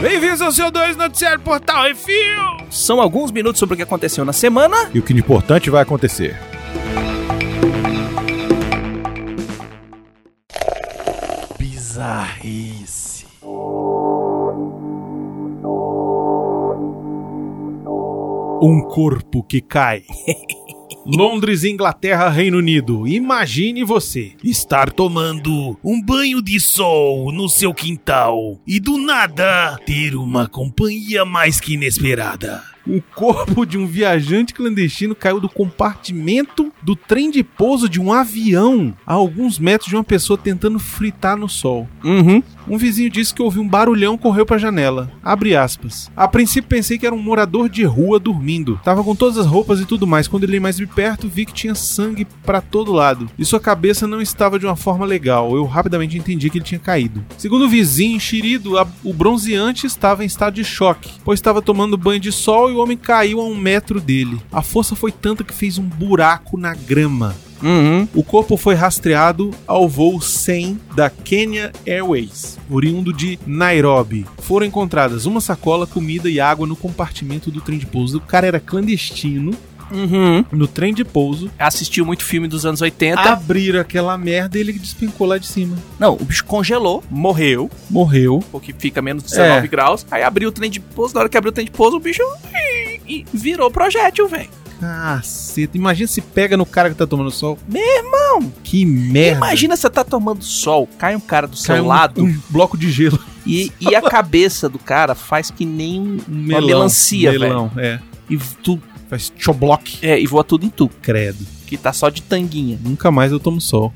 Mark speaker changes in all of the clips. Speaker 1: Bem-vindos ao seu 2 Noticiário Portal Refil!
Speaker 2: São alguns minutos sobre o que aconteceu na semana.
Speaker 3: E o que de importante vai acontecer?
Speaker 1: Bizarrice.
Speaker 3: Um corpo que cai. Londres, Inglaterra, Reino Unido. Imagine você estar tomando um banho de sol no seu quintal e do nada ter uma companhia mais que inesperada. O corpo de um viajante clandestino caiu do compartimento do trem de pouso de um avião a alguns metros de uma pessoa tentando fritar no sol.
Speaker 2: Uhum.
Speaker 3: Um vizinho disse que ouviu um barulhão e correu pra janela. Abre aspas. A princípio pensei que era um morador de rua dormindo. Tava com todas as roupas e tudo mais. Quando ele mais de perto, vi que tinha sangue pra todo lado. E sua cabeça não estava de uma forma legal. Eu rapidamente entendi que ele tinha caído. Segundo o vizinho, enxerido, a- o bronzeante estava em estado de choque, pois estava tomando banho de sol e o homem caiu a um metro dele. A força foi tanta que fez um buraco na grama.
Speaker 2: Uhum.
Speaker 3: O corpo foi rastreado ao voo 100 da Kenya Airways, oriundo de Nairobi. Foram encontradas uma sacola, comida e água no compartimento do trem de pouso. O cara era clandestino
Speaker 2: Uhum.
Speaker 3: no trem de pouso.
Speaker 2: Assistiu muito filme dos anos 80.
Speaker 3: Abriram aquela merda e ele despencou lá de cima.
Speaker 2: Não, o bicho congelou, morreu,
Speaker 3: Morreu.
Speaker 2: porque fica menos 19
Speaker 3: É.
Speaker 2: graus. Aí abriu o trem de pouso. Na hora que abriu o trem de pouso, o bicho ih, ih, virou projétil, velho.
Speaker 3: Caceta. Imagina se pega no cara que tá tomando sol. Meu irmão! Que merda.
Speaker 2: Imagina você tá tomando sol, cai um cara do
Speaker 3: É, Cai
Speaker 2: seu
Speaker 3: um-
Speaker 2: lado
Speaker 3: um bloco de gelo.
Speaker 2: e, e a cabeça do cara faz que nem um- uma melancia, velho.
Speaker 3: Melão, é.
Speaker 2: E, tu,
Speaker 3: Faz choblock.
Speaker 2: é, e voa tudo em tu,
Speaker 3: Credo.
Speaker 2: que tá só de tanguinha.
Speaker 3: Nunca mais eu tomo sol.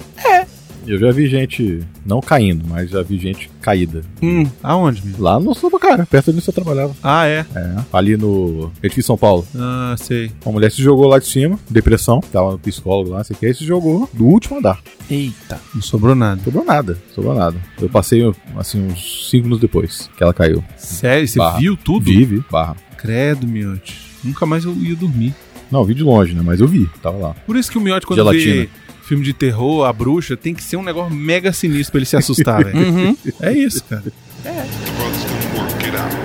Speaker 4: Eu já vi gente, não caindo, mas já vi gente caída.
Speaker 3: Hum. Aonde, meu?
Speaker 4: Lá no sul do cara, perto de onde eu trabalhava. né?
Speaker 3: Ah, é.
Speaker 4: Ali no edifício São Paulo.
Speaker 3: Ah, sei.
Speaker 4: Uma mulher se jogou lá de cima, depressão, tava no psicólogo lá, não sei o que, aí se jogou do último andar.
Speaker 2: Eita.
Speaker 3: Não sobrou nada.
Speaker 4: Sobrou nada, sobrou nada. Eu passei, assim, uns 5 minutos depois que ela caiu.
Speaker 3: Sério? Você
Speaker 4: Barra.
Speaker 3: viu tudo?
Speaker 4: Vive, barra.
Speaker 3: Credo, miote. Nunca mais eu ia dormir.
Speaker 4: Não, vi de longe, né, mas eu vi, tava lá.
Speaker 3: Por isso que o miote, quando
Speaker 4: Gelatina.
Speaker 3: vê filme de terror, a bruxa, tem que ser um negócio mega sinistro pra ele se assustar, velho.
Speaker 2: Uhum.
Speaker 3: É isso, cara.
Speaker 5: The brothers gonna work it out.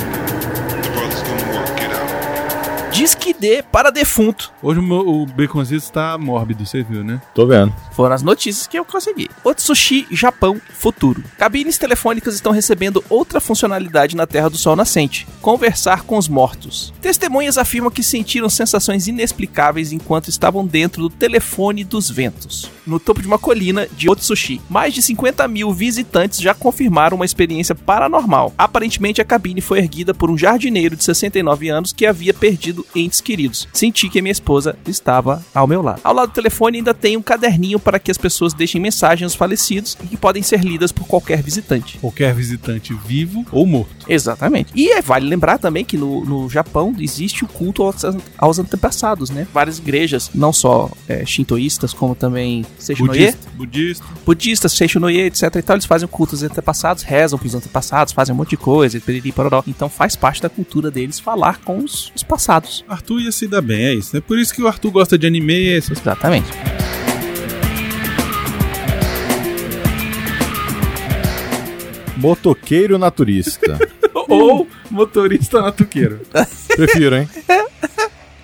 Speaker 5: The brothers gonna work it out.
Speaker 2: Diz que dê para defunto.
Speaker 3: Hoje o, meu- o baconzito tá mórbido, você viu, né?
Speaker 4: Tô vendo.
Speaker 2: Foram as notícias que eu consegui. Otsushi, Japão, futuro. Cabines telefônicas estão recebendo outra funcionalidade na Terra do Sol Nascente: conversar com os mortos. Testemunhas afirmam que sentiram sensações inexplicáveis enquanto estavam dentro do telefone dos ventos, no topo de uma colina de Otsushi. Mais de 50 mil visitantes já confirmaram uma experiência paranormal. Aparentemente, a cabine foi erguida por um jardineiro de 69 anos que havia perdido entes queridos. Senti que minha esposa estava ao meu lado. Ao lado do telefone ainda tem um caderninho para que as pessoas deixem mensagens aos falecidos e que podem ser lidas por qualquer visitante.
Speaker 3: Qualquer visitante vivo ou morto.
Speaker 2: Exatamente. E é, vale lembrar também que no, no Japão existe o culto aos, aos antepassados, né? Várias igrejas, não só é, shintoístas, como também seishinoye,
Speaker 3: Budista. Budista.
Speaker 2: budistas, seishinoye, etc e tal, eles fazem o culto aos antepassados, rezam pros antepassados, fazem um monte de coisa, e piriri, pororó. Então faz parte da cultura deles falar com os, os passados.
Speaker 3: Arthur ia se dar bem, é isso. É por isso que o Arthur gosta de anime é e essas
Speaker 2: Exatamente.
Speaker 4: Motoqueiro naturista.
Speaker 3: Ou motorista na tuqueira.
Speaker 4: Prefiro, hein?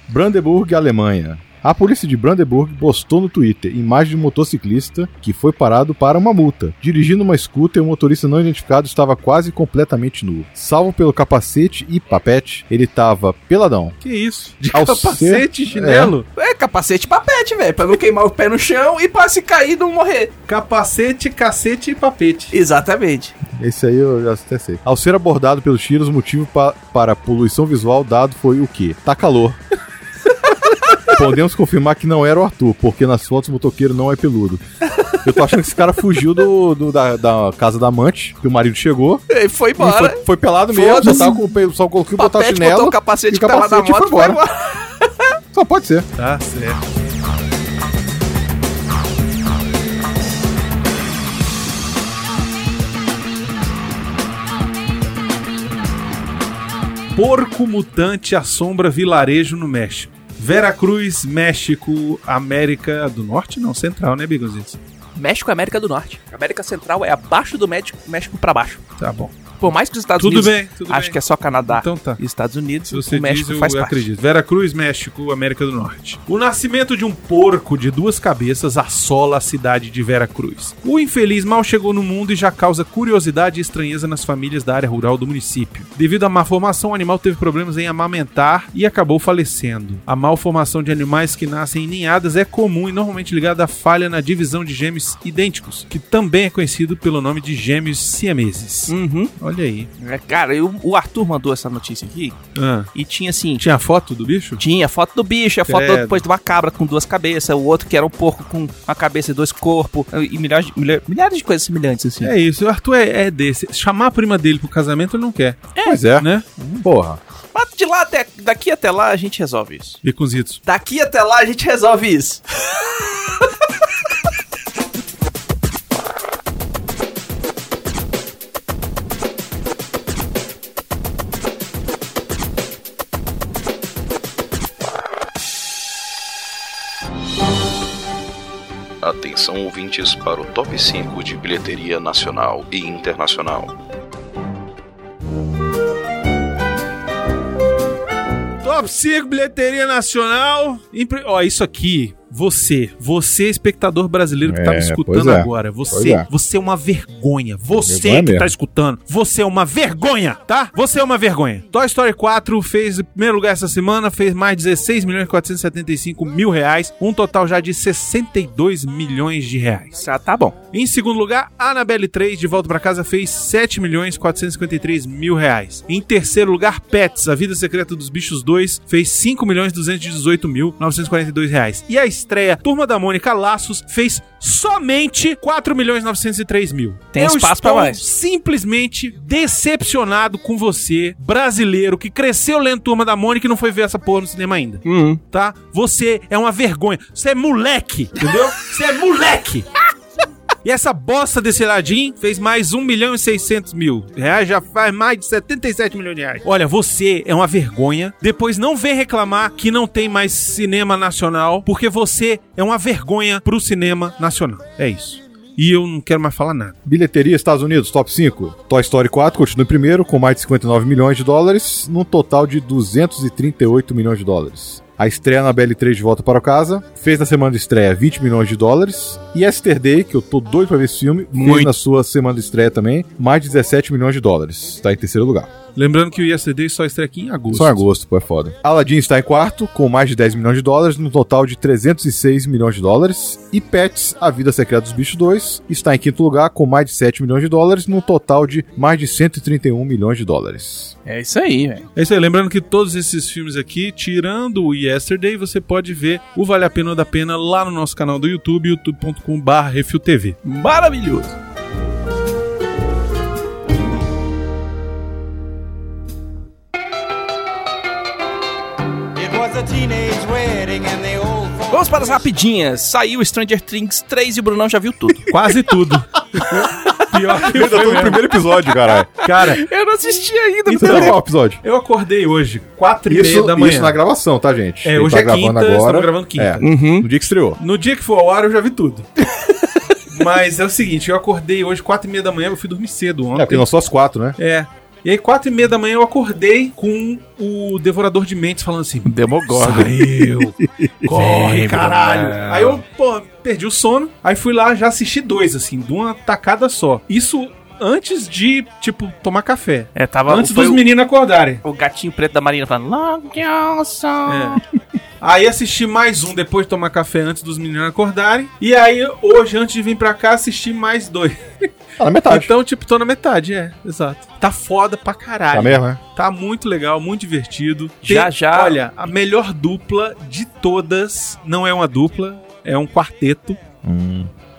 Speaker 4: Brandenburg, Alemanha. A polícia de Brandenburg postou no Twitter imagem de um motociclista que foi parado para uma multa. Dirigindo uma scooter, o motorista não identificado estava quase completamente nu. Salvo pelo capacete e papete, ele estava peladão.
Speaker 3: Que isso? De
Speaker 4: Ao
Speaker 3: capacete, chinelo?
Speaker 2: É capacete e papete, velho, pra não queimar o pé no chão e pra se cair não morrer.
Speaker 3: Capacete, cacete e papete.
Speaker 2: Exatamente.
Speaker 4: Esse aí eu já até sei. Ao ser abordado pelos tiros, o motivo pa- para poluição visual dado foi o quê? Tá calor. Podemos confirmar que não era o Arthur, porque nas fotos o motoqueiro não é peludo. Eu tô achando que esse cara fugiu do, do- da, da casa da amante, que o marido chegou.
Speaker 2: E foi
Speaker 4: e foi, foi pelado mesmo, só,
Speaker 2: Foda-se.
Speaker 4: tava com, o pe- só conseguiu botar
Speaker 2: Papete botou
Speaker 4: chinelo.
Speaker 2: o capacete
Speaker 4: e
Speaker 2: que tava na
Speaker 4: capacete e
Speaker 2: moto
Speaker 4: foi
Speaker 2: e foi
Speaker 4: embora.
Speaker 2: embora.
Speaker 4: Só pode ser.
Speaker 3: Tá certo. Porco mutante assombra vilarejo no México. Veracruz, México, América do Norte, não, Central, né, Bigonzitos?
Speaker 2: México é América do Norte. América Central é abaixo do México, México pra baixo.
Speaker 3: Tá bom.
Speaker 2: Por mais que os Estados
Speaker 3: Tudo
Speaker 2: Unidos
Speaker 3: bem, tudo
Speaker 2: acho
Speaker 3: bem.
Speaker 2: que é só Canadá
Speaker 3: Então tá.
Speaker 2: e Estados Unidos,
Speaker 3: Se você
Speaker 2: o México
Speaker 3: diz, eu
Speaker 2: faz parte.
Speaker 3: acredito. Veracruz, México, América do Norte. O nascimento de um porco de duas cabeças assola a cidade de Veracruz. O infeliz mal chegou no mundo e já causa curiosidade e estranheza nas famílias da área rural do município. Devido à má formação, o animal teve problemas em amamentar e acabou falecendo. A malformação de animais que nascem em ninhadas é comum e normalmente ligada à falha na divisão de gêmeos idênticos, que também é conhecido pelo nome de gêmeos siameses.
Speaker 2: Uhum.
Speaker 3: Olha aí.
Speaker 2: É, Cara, eu- o Arthur mandou essa notícia aqui
Speaker 3: Ah,
Speaker 2: e tinha assim.
Speaker 3: tinha foto do bicho?
Speaker 2: Tinha a foto do bicho, a foto
Speaker 3: Credo.
Speaker 2: depois de uma cabra com duas cabeças, o outro que era um porco com uma cabeça e dois corpos, e milhares de, milha- milhares de coisas semelhantes, assim.
Speaker 3: É isso, o Arthur é, é desse. Chamar a prima dele pro casamento ele não quer,
Speaker 4: Pois é.
Speaker 3: né?
Speaker 4: Porra.
Speaker 2: Mas de lá até. Daqui até lá a gente resolve isso.
Speaker 3: Bicuzitos.
Speaker 2: Daqui até lá a gente resolve isso.
Speaker 6: Atenção ouvintes para o top 5 de bilheteria nacional e internacional.
Speaker 3: Top 5 bilheteria nacional. Impre- Ó, isso aqui, você, você é espectador brasileiro que tá me
Speaker 4: É,
Speaker 3: escutando
Speaker 4: pois é.
Speaker 3: agora,
Speaker 4: Pois
Speaker 3: você,
Speaker 4: é.
Speaker 3: você é uma vergonha. Você
Speaker 4: Vergonha
Speaker 3: que tá
Speaker 4: mesmo.
Speaker 3: escutando, você é uma vergonha, tá? Você é uma vergonha. Toy Story 4 fez em primeiro lugar essa semana, fez mais 16 milhões e 475 mil reais, um total já de 62 milhões de reais.
Speaker 2: Já tá bom.
Speaker 3: Em segundo lugar, Annabelle 3 de volta pra casa fez 7 milhões 453 mil reais. Em terceiro lugar, Pets, A Vida Secreta dos Bichos 2 fez 5 milhões 218 mil 942 reais. E a estreia Turma da Mônica Laços fez somente 4 milhões 903 mil.
Speaker 2: Tem
Speaker 3: Eu
Speaker 2: espaço
Speaker 3: estou
Speaker 2: pra mais.
Speaker 3: simplesmente decepcionado com você, brasileiro, que cresceu lendo Turma da Mônica e não foi ver essa porra no cinema ainda
Speaker 2: Uhum.
Speaker 3: tá? Você é uma vergonha. Você é moleque, entendeu? Você é moleque! E essa bosta desse ladinho fez mais 1 milhão e 600 mil reais, já faz mais de 77 milhões de reais. Olha, você é uma vergonha. Depois não vem reclamar que não tem mais cinema nacional, porque você é uma vergonha pro cinema nacional. É isso. E eu não quero mais falar nada.
Speaker 4: Bilheteria Estados Unidos, top 5. Toy Story 4 continua em primeiro, com mais de 59 milhões de dólares, num total de 238 milhões de dólares. A estreia na BL3 de volta para casa fez na semana de estreia 20 milhões de dólares. E Yesterday, que eu tô doido pra ver esse filme, fez
Speaker 3: Muito.
Speaker 4: na sua semana de estreia também mais de 17 milhões de dólares. Está em terceiro lugar.
Speaker 3: Lembrando que o Yesterday só estreia aqui em agosto.
Speaker 4: Só em agosto, pô, é foda. Aladdin está em quarto, com mais de 10 milhões de dólares, num total de 306 milhões de dólares. E Pets, A Vida Secreta dos Bichos 2, está em quinto lugar, com mais de 7 milhões de dólares, num total de mais de 131 milhões de dólares.
Speaker 2: É isso aí, velho.
Speaker 3: É isso aí, lembrando que todos esses filmes aqui, tirando o Yesterday, você pode ver o Vale a Pena ou da Pena lá no nosso canal do YouTube, youtube.com.br RefilTV.
Speaker 2: Maravilhoso.
Speaker 7: It was a teenage wedding and the old folks
Speaker 2: Vamos para as rapidinhas. Saiu Stranger Things 3 e o Brunão já viu tudo.
Speaker 3: Quase tudo. Pior que foi
Speaker 4: Ainda tô no
Speaker 3: mesmo.
Speaker 4: primeiro episódio, caralho.
Speaker 3: Cara,
Speaker 2: Eu não assisti ainda,
Speaker 4: Então, tá qual episódio?
Speaker 3: eu acordei hoje, 4 e meia
Speaker 4: Isso,
Speaker 3: da manhã.
Speaker 4: isso na gravação, tá, gente?
Speaker 3: É,
Speaker 4: Ele
Speaker 3: hoje
Speaker 4: tá
Speaker 3: é quinta, estamos gravando quinta.
Speaker 4: É,
Speaker 2: Uhum.
Speaker 4: No dia que estreou.
Speaker 3: No dia que for ao ar, eu já vi tudo. Mas é o seguinte, eu acordei hoje, 4 e meia da manhã, eu fui dormir cedo
Speaker 4: É, porque
Speaker 3: ontem.
Speaker 4: nós só as quatro, né?
Speaker 3: É. E aí, quatro e meia da manhã, eu acordei com o Devorador de Mentes falando assim:
Speaker 2: Demogorgon.
Speaker 3: Saiu. Corre, caralho. Aí eu, pô, perdi o sono. Aí fui lá, já assisti dois, assim, de uma tacada só. Isso antes de, tipo, tomar café.
Speaker 2: É, tava
Speaker 3: antes
Speaker 2: foi
Speaker 3: dos meninos acordarem.
Speaker 2: o, o gatinho preto da Marina falando Long Johnson.
Speaker 3: É. Aí assisti mais um depois de tomar café antes dos meninos acordarem. E aí, hoje, antes de vir pra cá, assisti mais dois.
Speaker 4: Tá na metade.
Speaker 3: Então, tipo, tô na metade, é. Exato. Tá foda pra caralho.
Speaker 4: Tá mesmo, né?
Speaker 3: Tá muito legal, muito divertido.
Speaker 2: Já, já.
Speaker 3: Olha, a melhor dupla de todas não é uma dupla, é um quarteto.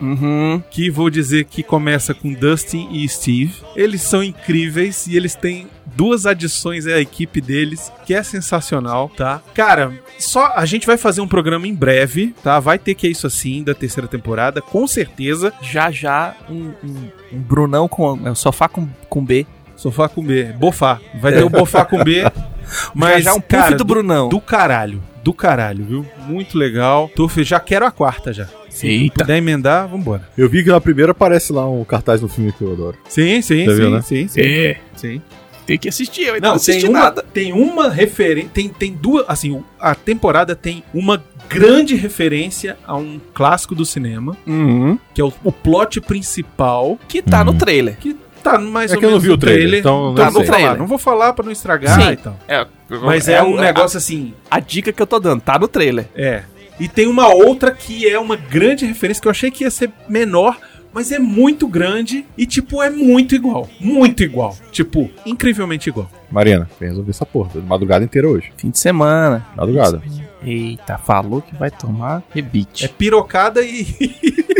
Speaker 2: Uhum.
Speaker 3: Que vou dizer que começa com Dustin e Steve. Eles são incríveis e eles têm duas adições à equipe deles, que é sensacional, tá? Cara, só a gente vai fazer um programa em breve, tá? Vai ter que é isso assim da terceira temporada, com certeza.
Speaker 2: Já já um, um- um Brunão com é, um sofá com, com B.
Speaker 3: Sofá com B, bofá. Vai ter o bofá com B. Mas
Speaker 2: já já um puff
Speaker 3: cara,
Speaker 2: do Brunão. Tá.
Speaker 3: Do caralho, do caralho, viu? Muito legal. Tô fe... Já quero a quarta já. Se
Speaker 2: Eita.
Speaker 3: puder emendar, vambora.
Speaker 4: Eu vi que na primeira aparece lá um cartaz no filme que eu adoro.
Speaker 3: Sim, sim,
Speaker 4: Tá
Speaker 3: sim,
Speaker 4: vendo, né?
Speaker 3: sim, sim,
Speaker 2: É,
Speaker 3: sim.
Speaker 2: tem que assistir, eu ainda Então, não,
Speaker 3: Não,
Speaker 2: assisti
Speaker 3: tem uma,
Speaker 2: nada.
Speaker 3: tem uma referência, tem, tem duas, assim, o- a temporada tem uma grande referência a um clássico do cinema,
Speaker 2: Uhum.
Speaker 3: que é o, o plot principal,
Speaker 2: Que tá no trailer.
Speaker 3: que tá mais
Speaker 4: É
Speaker 3: ou
Speaker 4: que eu não
Speaker 3: menos
Speaker 4: vi o
Speaker 3: no
Speaker 4: trailer,
Speaker 2: não
Speaker 4: então
Speaker 3: não, vou
Speaker 2: sei.
Speaker 3: falar,
Speaker 2: Trailer.
Speaker 3: não vou falar pra não estragar
Speaker 2: Sim.
Speaker 3: e tal.
Speaker 2: É,
Speaker 3: Mas é, um
Speaker 2: a-
Speaker 3: negócio assim,
Speaker 2: A, dica que eu tô dando, tá no trailer.
Speaker 3: é. E tem uma outra que é uma grande referência que eu achei que ia ser menor, mas é muito grande e tipo é muito igual, muito igual, tipo incrivelmente igual.
Speaker 4: Mariana, vem resolver essa porra. Tô de madrugada inteira hoje.
Speaker 2: Fim de semana.
Speaker 4: Madrugada.
Speaker 2: Eita, falou que vai tomar rebite.
Speaker 3: É pirocada e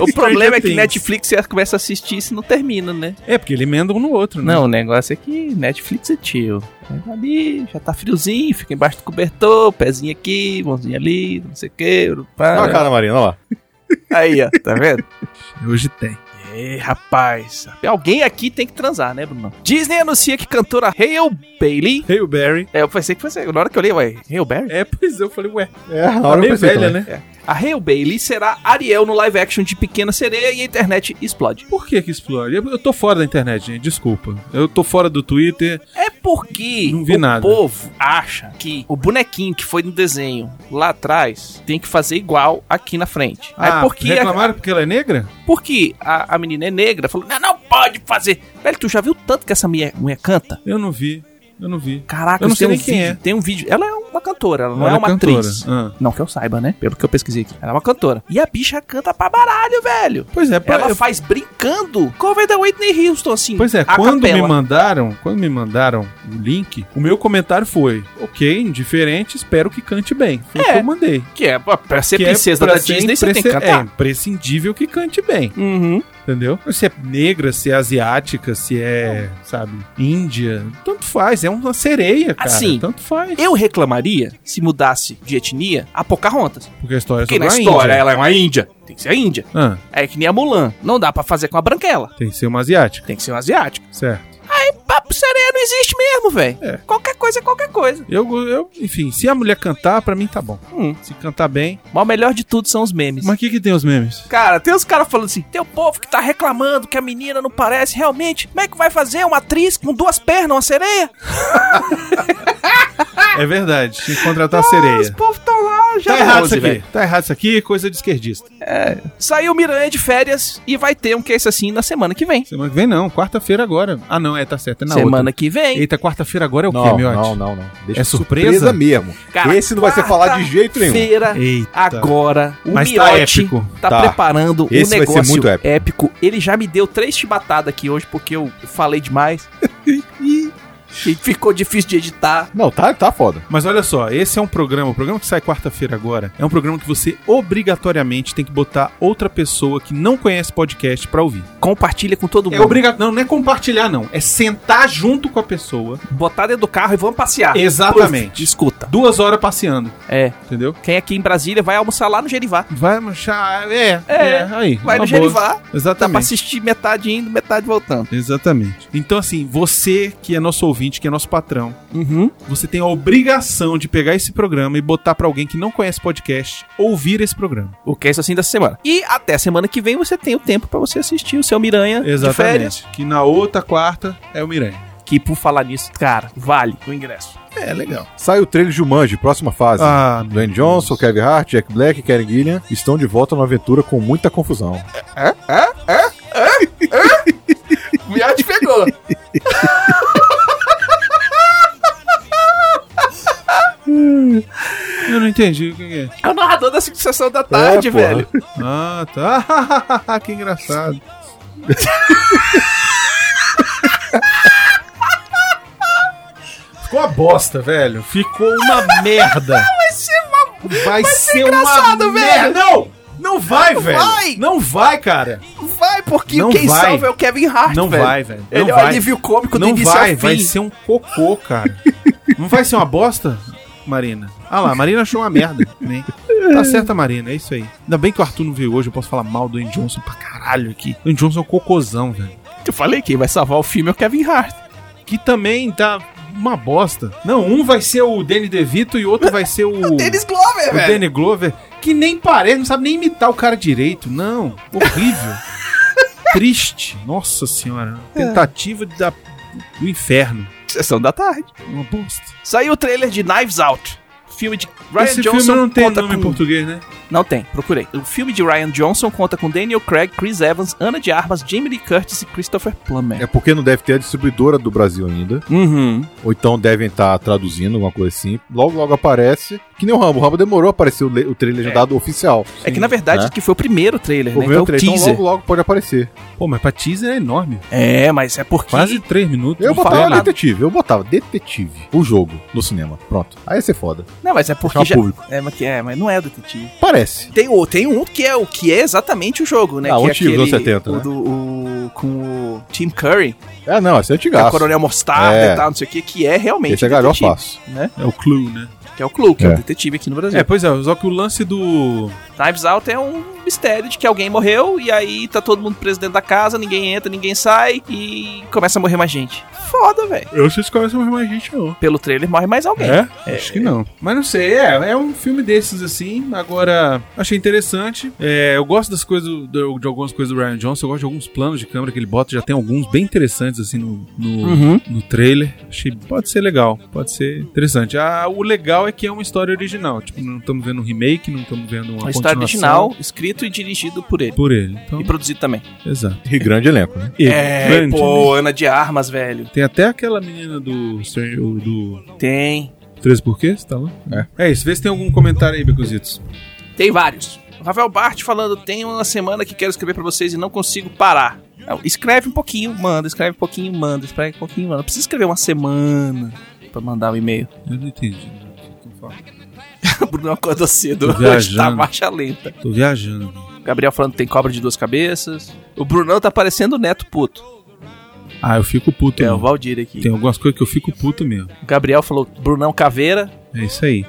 Speaker 2: o problema é que
Speaker 3: Things.
Speaker 2: Netflix você começa a assistir e se não termina, né?
Speaker 3: É, porque ele emenda um no outro, né?
Speaker 2: Não, o negócio é que Netflix é tio. Mas Ali já tá friozinho, fica embaixo do cobertor, pezinho aqui, mãozinha ali, não sei o que.
Speaker 4: Olha a cara, Mariana, olha lá.
Speaker 2: Aí, ó, tá vendo?
Speaker 3: Hoje tem.
Speaker 2: Ei, É, rapaz. Alguém aqui tem que transar, né, Bruno? Disney anuncia que cantora Hale Bailey.
Speaker 3: Hail Barry.
Speaker 2: É, eu pensei que fosse. Na hora que eu li, ué, Hale Berry?
Speaker 3: É, pois é, eu falei, ué,
Speaker 4: É, na
Speaker 3: tá
Speaker 4: hora eu
Speaker 3: meio
Speaker 4: pensei
Speaker 2: assim
Speaker 3: velha,
Speaker 4: também.
Speaker 3: né?
Speaker 2: A Hale Bailey será Ariel no live action de Pequena Sereia e a internet explode.
Speaker 3: Por que que explode? Eu, eu tô fora da internet, gente, desculpa. Eu tô fora do Twitter.
Speaker 2: É porque
Speaker 3: Não vi
Speaker 2: o
Speaker 3: nada.
Speaker 2: povo acha que o bonequinho que foi no desenho lá atrás tem que fazer igual aqui na frente. é porque, a,
Speaker 3: reclamaram porque ela é negra?
Speaker 2: porque a, a menina é negra, falou, não, não pode fazer. Velho, tu já viu tanto que essa mulher, mulher canta?
Speaker 3: Eu não vi, eu não vi.
Speaker 2: Caraca,
Speaker 3: Eu não
Speaker 2: tem
Speaker 3: sei
Speaker 2: um
Speaker 3: nem quem
Speaker 2: vídeo,
Speaker 3: é.
Speaker 2: tem um vídeo. Ela é uma cantora, ela não
Speaker 3: Ela
Speaker 2: é uma
Speaker 3: cantora.
Speaker 2: atriz.
Speaker 3: Ah.
Speaker 2: Não que eu saiba, né? Pelo que eu pesquisei aqui. Ela é uma cantora. E a bicha canta pra baralho, velho.
Speaker 3: Pois é,
Speaker 2: Ela
Speaker 3: eu-
Speaker 2: faz brincando cover da Whitney Houston, assim.
Speaker 3: Pois é,
Speaker 2: a
Speaker 3: quando
Speaker 2: capela.
Speaker 3: me mandaram, quando me mandaram o link, o meu comentário foi: "OK, indiferente, espero que cante bem". Foi o que
Speaker 2: É.
Speaker 3: eu mandei.
Speaker 2: Que é, pra- pra ser
Speaker 3: Que é
Speaker 2: princesa
Speaker 3: pra
Speaker 2: da
Speaker 3: ser é.
Speaker 2: Disney, você tem que
Speaker 3: imprescin-
Speaker 2: cantar.
Speaker 3: É imprescindível que cante bem.
Speaker 2: Uhum.
Speaker 3: Entendeu? Se é negra, se é asiática, se é, sabe, índia, tanto faz. É uma sereia, cara.
Speaker 2: Assim,
Speaker 3: tanto faz.
Speaker 2: Eu reclamaria se mudasse de etnia a Pocahontas.
Speaker 3: Porque a história é
Speaker 2: Porque
Speaker 3: sobre
Speaker 2: na
Speaker 3: a
Speaker 2: história
Speaker 3: Índia.
Speaker 2: ela é uma índia. Tem que ser a índia.
Speaker 3: Ah,
Speaker 2: É que nem a Mulan. Não dá pra fazer com a branquela.
Speaker 3: tem que ser uma asiática,
Speaker 2: Tem que ser um asiático.
Speaker 3: certo.
Speaker 2: Papo sereia não existe mesmo, velho.
Speaker 3: É.
Speaker 2: Qualquer coisa é qualquer coisa.
Speaker 3: Eu, eu, enfim, se a mulher cantar, pra mim tá bom.
Speaker 2: Hum.
Speaker 3: Se cantar bem.
Speaker 2: Mas o melhor de tudo são os memes.
Speaker 3: Mas o que, que tem os memes?
Speaker 2: Cara, tem os caras falando assim: tem o povo que tá reclamando que a menina não parece realmente. Como é que vai fazer uma atriz com duas pernas, uma sereia?
Speaker 3: É verdade, tinha que contratar a sereia.
Speaker 2: povos tão lá, já
Speaker 3: Tá errado isso aqui. Tá errado isso aqui, coisa de esquerdista.
Speaker 2: Saiu Miranha de férias e vai ter um que é esse assim na semana que vem.
Speaker 3: Semana que vem não, quarta-feira agora. Ah não, é, tá certo, é na
Speaker 2: semana
Speaker 3: outra.
Speaker 2: que vem.
Speaker 3: Eita, quarta-feira agora é o quê,
Speaker 4: Não,
Speaker 3: Miotti?
Speaker 4: não, não, não. Deixa
Speaker 3: É surpresa?
Speaker 4: mesmo.
Speaker 2: Cara,
Speaker 4: Esse não vai ser falar de jeito nenhum.
Speaker 2: Feira
Speaker 3: Eita.
Speaker 2: Agora, o
Speaker 3: Mas tá
Speaker 2: Miotti
Speaker 3: épico.
Speaker 2: tá,
Speaker 4: Tá.
Speaker 2: preparando
Speaker 4: Esse
Speaker 2: um
Speaker 4: vai ser
Speaker 2: negócio
Speaker 4: muito
Speaker 2: épico.
Speaker 4: épico.
Speaker 2: Ele já me deu três chibatadas aqui hoje porque eu falei demais. e ficou difícil de editar.
Speaker 4: Não, tá, tá foda.
Speaker 3: Mas olha só, esse é um programa, o programa que sai quarta-feira agora, é um programa que você obrigatoriamente tem que botar outra pessoa que não conhece podcast pra ouvir.
Speaker 2: Compartilha com todo
Speaker 3: É
Speaker 2: mundo.
Speaker 3: obrigatório, não, não é compartilhar não, é sentar junto com a pessoa.
Speaker 2: Botar dentro do carro e vamos passear.
Speaker 3: Exatamente.
Speaker 2: Escuta.
Speaker 3: Duas horas passeando,
Speaker 2: É.
Speaker 3: entendeu?
Speaker 2: Quem é aqui em Brasília vai almoçar lá no Gerivá.
Speaker 3: Vai manchar, é, é, aí.
Speaker 2: Vai
Speaker 3: uma boa.
Speaker 2: no Gerivá. Dá pra
Speaker 3: Exatamente.
Speaker 2: assistir metade indo, metade voltando.
Speaker 3: Exatamente. Então assim, você que é nosso ouvinte, que é nosso patrão,
Speaker 2: Uhum.
Speaker 3: você tem a obrigação de pegar esse programa e botar pra alguém que não conhece podcast ouvir esse programa.
Speaker 2: O que é isso assim da semana. E até semana que vem você tem o tempo pra você assistir o seu Miranha de férias.
Speaker 3: Que na outra quarta é o Miranha.
Speaker 2: Que por falar nisso, cara, vale o ingresso.
Speaker 3: É legal.
Speaker 4: Sai o trailer de Jumanji, próxima fase.
Speaker 3: Ah,
Speaker 4: Dwayne Johnson, Kevin Hart, Jack Black e Karen Gillian estão de volta numa aventura com muita confusão.
Speaker 2: Viagem pegou.
Speaker 3: eu não entendi o que que é.
Speaker 2: É o narrador da sucessão da tarde,
Speaker 4: É, porra.
Speaker 2: velho.
Speaker 3: Ah, tá. que engraçado. Ficou uma bosta, velho. Ficou uma merda. Vai ser uma, vai ser
Speaker 2: engraçado,
Speaker 3: uma
Speaker 2: velho.
Speaker 3: merda. Não, não vai,
Speaker 2: Não
Speaker 3: velho.
Speaker 2: vai.
Speaker 3: Não vai, cara.
Speaker 2: Vai, porque
Speaker 3: Não
Speaker 2: quem
Speaker 3: vai.
Speaker 2: salva é o Kevin Hart,
Speaker 3: Não
Speaker 2: velho.
Speaker 3: vai, velho.
Speaker 2: Ele
Speaker 3: Não
Speaker 2: é o
Speaker 3: vai.
Speaker 2: alívio cômico do
Speaker 3: Não
Speaker 2: início
Speaker 3: vai,
Speaker 2: ao fim.
Speaker 3: vai ser um cocô, cara. Não vai ser uma bosta, Marina? Ah lá, a Marina achou uma merda. Né? Tá certa, Marina, é isso aí. Ainda bem que o Arthur não veio hoje, eu posso falar mal do Ian Johnson pra caralho aqui. O Ian Johnson é um cocôzão, velho.
Speaker 2: Eu falei, quem vai salvar o filme é o Kevin Hart.
Speaker 3: Que também tá uma bosta. Não, um vai ser o Danny DeVito e o outro vai ser o...
Speaker 2: Dennis Glover,
Speaker 3: o
Speaker 2: velho.
Speaker 3: Danny Glover. Que nem parece, não sabe nem imitar o cara direito. Não, horrível. Triste. Nossa senhora. Tentativa de dar do inferno.
Speaker 2: Sessão da tarde.
Speaker 3: Uma bosta.
Speaker 2: Saiu o trailer de Knives Out. Filme de Ryan
Speaker 3: Esse
Speaker 2: Johnson
Speaker 3: filme não tem
Speaker 2: conta
Speaker 3: nome em
Speaker 2: com...
Speaker 3: português, né?
Speaker 2: Não tem, procurei. O filme de Ryan Johnson conta com Daniel Craig, Chris Evans, Ana de Armas, Jamie Lee Curtis e Christopher Plummer.
Speaker 4: É porque não deve ter a distribuidora do Brasil ainda.
Speaker 2: Uhum.
Speaker 4: Ou então devem estar traduzindo alguma coisa assim. Logo, logo aparece. Que nem o Rambo. O Rambo demorou a aparecer o, le- o trailer legendado oficial.
Speaker 2: é que na verdade
Speaker 4: né?
Speaker 2: que foi o primeiro trailer,
Speaker 4: O
Speaker 2: né?
Speaker 4: meu
Speaker 2: que é o
Speaker 4: trailer, então
Speaker 2: teaser.
Speaker 4: logo, logo pode aparecer.
Speaker 3: Pô, mas pra teaser é enorme.
Speaker 2: É, mas é porque.
Speaker 3: Quase três minutos.
Speaker 4: Eu
Speaker 3: Não
Speaker 4: botava
Speaker 3: fala nada.
Speaker 4: detetive. Eu botava detetive. O jogo no cinema. Pronto. Aí ia ser foda.
Speaker 2: Não, mas é porque
Speaker 4: Chama
Speaker 2: já.
Speaker 4: público.
Speaker 2: É, mas que é, mas não é o detetive.
Speaker 4: Parece.
Speaker 2: Tem, o- tem um que é o que é exatamente o jogo, né?
Speaker 4: Ah,
Speaker 2: que
Speaker 4: um
Speaker 2: é
Speaker 4: tiro dos 70,
Speaker 2: o
Speaker 4: né?
Speaker 2: do- o- com o Tim Curry,
Speaker 4: É, não. Esse é
Speaker 2: que é o
Speaker 4: antigaço.
Speaker 2: Coronel Mostarda
Speaker 4: É.
Speaker 2: e tal, não sei o que, que é realmente.
Speaker 4: Esse é
Speaker 2: o detetive,
Speaker 4: galhofaço.
Speaker 2: né?
Speaker 3: É o clue, né?
Speaker 2: Que é o Clue, que é.
Speaker 4: É.
Speaker 2: o detetive aqui no Brasil.
Speaker 3: É, pois é, só que o lance do.
Speaker 2: Knives Out é um mistério de que alguém morreu e aí tá todo mundo preso dentro da casa, ninguém entra, ninguém sai e começa a morrer mais gente. Foda, velho.
Speaker 3: Eu sei se começa a morrer mais gente, não.
Speaker 2: Pelo trailer morre mais alguém.
Speaker 3: É? Acho que não. Mas não sei, é, é um filme desses assim. Agora, achei interessante. É, eu gosto das coisas do- do- de algumas coisas do Ryan Johnson, eu gosto de alguns planos de câmera que ele bota, já tem alguns bem interessantes assim no, no,
Speaker 2: Uhum.
Speaker 3: no trailer. Achei pode ser legal, pode ser interessante. Ah, o legal é que é uma história original. Tipo, não estamos vendo um remake, não estamos vendo uma
Speaker 2: Uma
Speaker 3: continuação
Speaker 2: história um original, escrito e dirigido por ele.
Speaker 3: por ele. Então,
Speaker 2: E produzido também.
Speaker 3: exato.
Speaker 4: E grande elenco, né?
Speaker 2: É,
Speaker 3: grande, né?
Speaker 2: pô, Ana de Armas, velho.
Speaker 3: Tem até aquela menina do, Stranger- do
Speaker 2: Tem.
Speaker 3: 13 Porquês, tá lá? É. isso, vê se tem algum comentário aí, Becuzitos.
Speaker 2: Tem vários. Rafael Bart falando: tem uma semana que quero escrever pra vocês e não consigo parar. Não, escreve um pouquinho, manda, escreve um pouquinho, manda, escreve um pouquinho, manda. Não precisa escrever uma semana pra mandar um e-mail.
Speaker 3: Eu não entendi. né? O que estão falando?
Speaker 2: O Bruno acordou cedo,
Speaker 3: Tô
Speaker 2: hoje tá
Speaker 3: viajando.
Speaker 2: marcha lenta.
Speaker 3: Tô viajando.
Speaker 2: Gabriel falando que tem cobra de duas cabeças. O Brunão tá parecendo o Neto Puto.
Speaker 3: Ah, eu fico puto.
Speaker 2: É, o
Speaker 3: mesmo.
Speaker 2: Valdir aqui.
Speaker 3: Tem algumas coisas que eu fico puto mesmo.
Speaker 2: O Gabriel falou Brunão Caveira.
Speaker 3: É isso aí.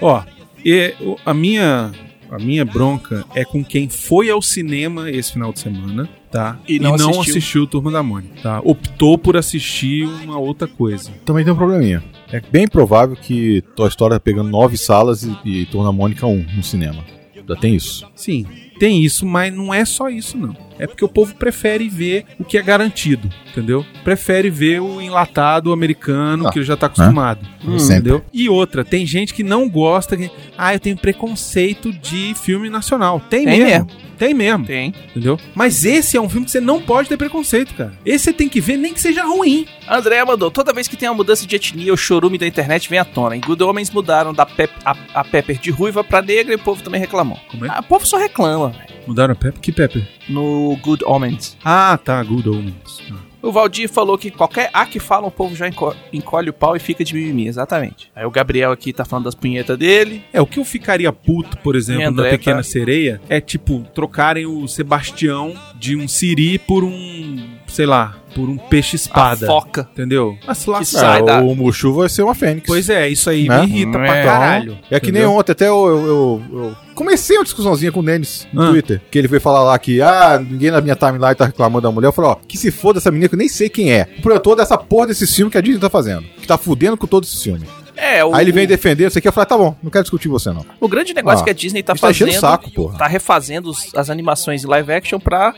Speaker 3: Ó, e, o- a minha a minha bronca é com quem foi ao cinema esse final de semana, tá?
Speaker 2: E não
Speaker 3: assistiu.
Speaker 2: assistiu.
Speaker 3: o Turma da Mônica, tá? Optou por assistir uma outra coisa.
Speaker 4: Também tem um probleminha. É bem provável que Toy Story tá pegando nove salas e, e torna a Mônica um no cinema. Já tem isso.
Speaker 3: Sim, tem isso, mas não é só isso não. É porque o povo prefere ver o que é garantido, entendeu? Prefere ver o enlatado americano
Speaker 4: Ah,
Speaker 3: que ele já tá acostumado.
Speaker 4: Sempre.
Speaker 3: Entendeu? E outra, tem gente que não gosta, que, ah, eu tenho preconceito de filme nacional. Tem,
Speaker 2: Tem
Speaker 3: mesmo, Tem mesmo,
Speaker 2: Tem.
Speaker 3: entendeu? Mas esse é um filme que você não pode ter preconceito, cara. Esse você tem que ver, nem que seja ruim.
Speaker 2: André mandou: toda vez que tem uma mudança de etnia, o chorume da internet vem à tona. Em Good Homens mudaram da pep, a, a Pepper de ruiva pra negra e o povo também reclamou.
Speaker 3: Como é?
Speaker 2: Ah, o povo só reclama velho,
Speaker 3: Mudaram a Pepe? Que Pepe?
Speaker 2: no Good Omens.
Speaker 3: Ah, tá, Good Omens.
Speaker 2: O Valdir falou que qualquer A que fala, o povo já enco- encolhe o pau e fica de mimimi, exatamente. Aí o Gabriel aqui tá falando das punhetas dele.
Speaker 3: É, o que eu ficaria puto, por exemplo,
Speaker 2: Minha
Speaker 3: na
Speaker 2: André,
Speaker 3: Pequena
Speaker 2: tá?
Speaker 3: Sereia, é tipo, trocarem o Sebastião de um Siri por um, sei lá, por um peixe-espada.
Speaker 2: A foca.
Speaker 3: Entendeu? Ah, se lá-
Speaker 2: Que sai
Speaker 4: é,
Speaker 2: da-
Speaker 4: O Mushu vai ser uma fênix.
Speaker 3: Pois é, isso aí
Speaker 4: Né?
Speaker 3: me irrita pra
Speaker 2: É.
Speaker 3: caralho.
Speaker 4: É que nem
Speaker 3: entendeu?
Speaker 4: ontem, até eu, eu- eu- eu comecei uma discussãozinha com o Denis no
Speaker 3: Ah.
Speaker 4: Twitter. Que ele veio falar lá que, ah, ninguém na minha timeline tá reclamando da mulher. Eu falei, ó, que se foda essa menina que eu nem sei quem é. O produtor dessa porra desse filme que a Disney tá fazendo. Que tá fudendo com todo esse filme.
Speaker 2: É, o,
Speaker 4: Aí ele vem defender isso aqui. Eu falei, tá bom, não quero discutir você não.
Speaker 2: o grande negócio
Speaker 4: Ah,
Speaker 2: que a Disney tá
Speaker 4: isso tá enchendo
Speaker 2: fazendo.
Speaker 4: o saco, porra.
Speaker 2: Tá refazendo os- as animações em live action pra.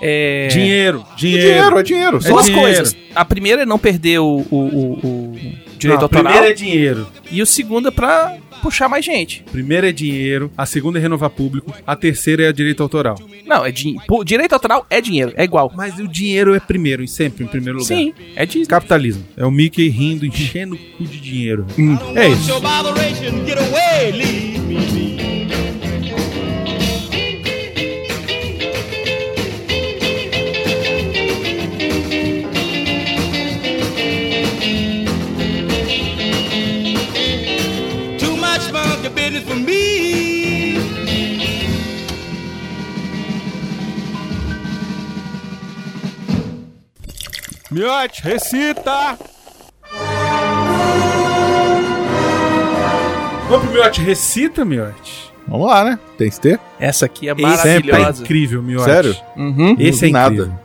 Speaker 2: É,
Speaker 3: Dinheiro,
Speaker 4: É
Speaker 3: dinheiro.
Speaker 4: dinheiro, é dinheiro.
Speaker 3: É
Speaker 4: Só
Speaker 2: duas
Speaker 3: dinheiro.
Speaker 2: coisas. A primeira é não perder o, o- o- o direito
Speaker 3: Não, a
Speaker 2: autoral.
Speaker 3: primeira é dinheiro.
Speaker 2: E o segundo é pra puxar mais gente.
Speaker 3: Primeiro é dinheiro, a segunda é renovar público, a terceira é direito autoral.
Speaker 2: Não, é din- pô, direito autoral é dinheiro, é igual.
Speaker 3: Mas o dinheiro é primeiro, e sempre em primeiro lugar.
Speaker 2: Sim, é Disney.
Speaker 3: Capitalismo. É o Mickey rindo, enchendo o cu de dinheiro.
Speaker 4: Hum.
Speaker 3: É isso.
Speaker 7: Your botheration, get away, leave me be. Too much funky business for me.
Speaker 3: Miote, recita! Vamos pro Miote, recita, Miote.
Speaker 4: Vamos lá, né? Tem que ter.
Speaker 2: Essa aqui é
Speaker 3: Esse é
Speaker 2: maravilhosa.
Speaker 3: incrível, Miote.
Speaker 4: Sério?
Speaker 2: Uhum.
Speaker 3: Esse é
Speaker 4: Não vi
Speaker 3: incrível.
Speaker 4: nada.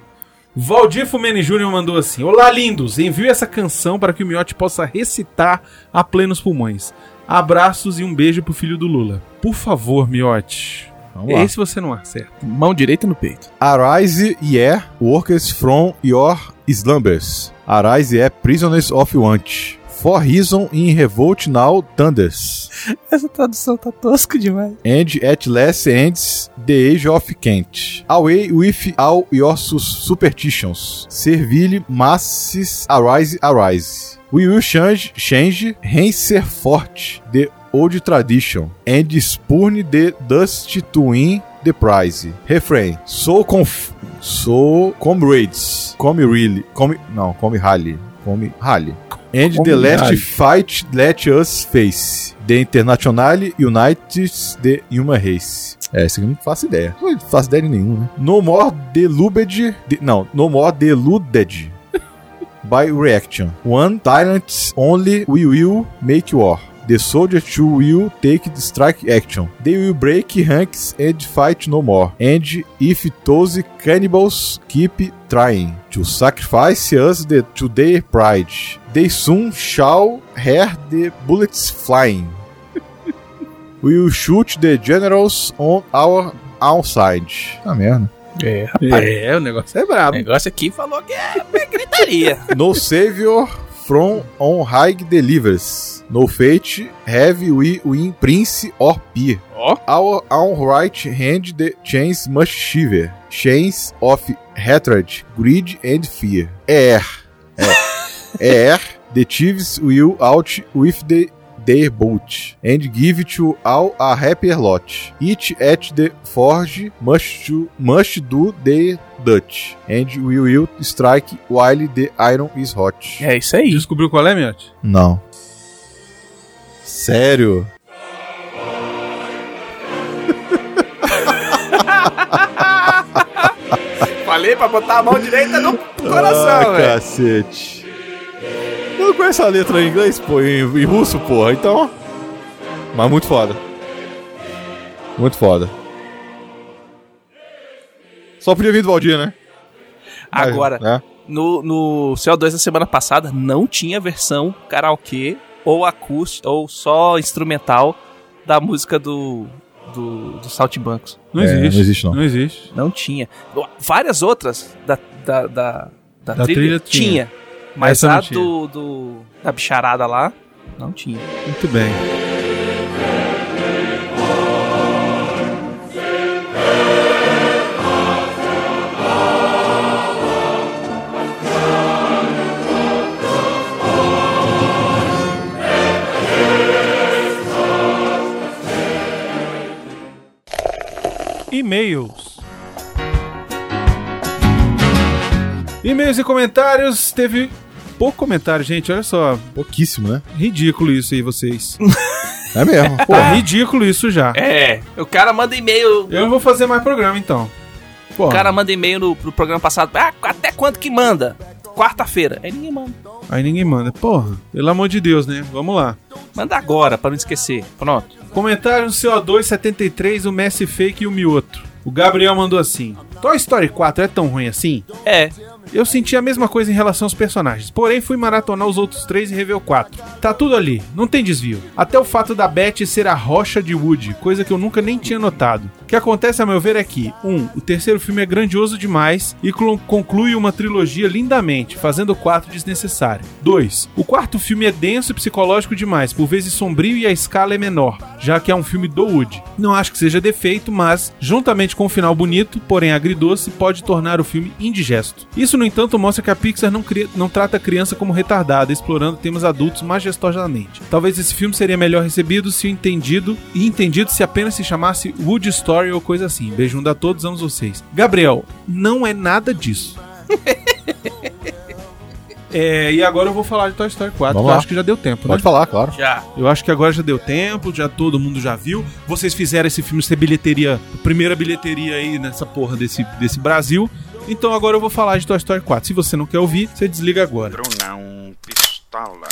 Speaker 3: Valdir Fumene Júnior mandou assim: Olá, lindos! Envio essa canção para que o Miote possa recitar a plenos pulmões. Abraços e um beijo pro filho do Lula. Por favor, Miote.
Speaker 4: Vamos lá.
Speaker 3: Esse você não acerta.
Speaker 2: Mão direita no peito.
Speaker 4: Arise ye workers from your slumbers. Arise ye prisoners of want. For reason in revolt now thunders.
Speaker 2: Essa tradução tá tosca demais.
Speaker 4: And at last ends the age of Kent. Away with all your su- superstitions. Servile masses arise arise. We will change, change, henceforth the old tradition. And spurn the dust to win the prize. Refrain. So conf... So comrades. Come really. Come... Não, come rally. Come rally. And the last fight let us face. The Internationale Unites the Human Race. É, isso aqui eu não faço ideia. Não faço ideia de nenhum, né? No more deluded. de- não, no more deluded. By reaction. One tyrant only we will make war. The soldier too will take the strike action. They will break ranks and fight no more. And if those cannibals keep trying to sacrifice us the, to their pride, they soon shall hear the bullets flying. we will shoot the generals on our outside. Ah, merda.
Speaker 2: É.
Speaker 3: É, o negócio é
Speaker 2: O
Speaker 3: brabo.
Speaker 2: negócio aqui falou que é gritaria.
Speaker 4: No savior from on high delivers. No fate have we win prince or peer.
Speaker 2: Ó.
Speaker 4: Our own right hand the chains must shiver. Chains of hatred, greed and fear. Er. Er. er. The thieves will out with the their boat and give to all a happier lot. Each at the forge must, to, must do their Dutch, and we will strike while the iron is hot.
Speaker 2: É isso aí.
Speaker 3: Descobriu qual é, Miote?
Speaker 4: Não. Sério?
Speaker 2: Falei pra botar a mão direita no
Speaker 4: ah, cacete. Eu não conheço a letra em inglês, pô, em, em russo, porra, então. Mas muito foda. Muito foda. Só podia vir do Valdir, né?
Speaker 2: Agora,
Speaker 4: Né?
Speaker 2: no, no CO2 da semana passada não tinha versão karaokê ou acústica ou só instrumental da música do, do, do Saltimbancos.
Speaker 3: Não
Speaker 4: É,
Speaker 3: existe.
Speaker 4: não existe, não.
Speaker 3: Não existe.
Speaker 2: Não tinha. Várias outras da, da, da, da
Speaker 3: Da trilha tinha.
Speaker 2: Mas
Speaker 3: Essa não
Speaker 2: a
Speaker 3: tinha.
Speaker 2: do, do- da bicharada lá, não tinha.
Speaker 3: Muito bem. E-mails. E-mails e comentários. Teve pouco comentário, gente. Olha só.
Speaker 4: Pouquíssimo, né?
Speaker 3: Ridículo isso aí, vocês.
Speaker 4: É mesmo.
Speaker 3: Pô, ridículo isso já.
Speaker 2: É, o cara manda e-mail
Speaker 3: Eu não vou fazer mais programa, então. Pô,
Speaker 2: O cara manda e-mail no, pro programa passado. Ah, até quando que manda? Quarta-feira. Aí ninguém manda.
Speaker 3: aí ninguém manda. Porra, pelo amor de Deus, né? Vamos lá.
Speaker 2: Manda agora, pra não esquecer. Pronto.
Speaker 3: Comentário no CO273, o Messi Fake e o Mioto. O Gabriel mandou assim: Toy Story 4 é tão ruim assim?
Speaker 2: É.
Speaker 3: Eu senti a mesma coisa em relação aos personagens, porém fui maratonar os outros três e rever o 4. Tá tudo ali, não tem desvio. Até o fato da Beth ser a rocha de Woody, coisa que eu nunca nem tinha notado. O que acontece, a meu ver, é que 1. Um, o terceiro filme é grandioso demais e clon- conclui uma trilogia lindamente, fazendo o 4 desnecessário. 2. O quarto filme é denso e psicológico demais, por vezes sombrio e a escala é menor, já que é um filme do Woody. Não acho que seja defeito, mas, juntamente com o final bonito, porém agridoce, pode tornar o filme indigesto. Isso, no entanto, mostra que a Pixar não, cria- não trata a criança como retardada, explorando temas adultos majestosamente. Talvez esse filme seria melhor recebido se o entendido e entendido se apenas se chamasse Woody Story ou coisa assim. Beijando a todos, amo vocês. Gabriel, não é nada disso. É, e agora eu vou falar de Toy Story 4,
Speaker 4: Vamos
Speaker 3: que eu
Speaker 4: lá.
Speaker 3: acho que já deu tempo, né?
Speaker 4: Pode falar, claro.
Speaker 2: Já.
Speaker 3: Eu acho que agora já deu tempo, já todo mundo já viu. Vocês fizeram esse filme ser bilheteria, primeira bilheteria aí nessa porra desse, desse Brasil. Então agora eu vou falar de Toy Story 4. Se você não quer ouvir, você desliga agora.
Speaker 5: Brunão Pistola.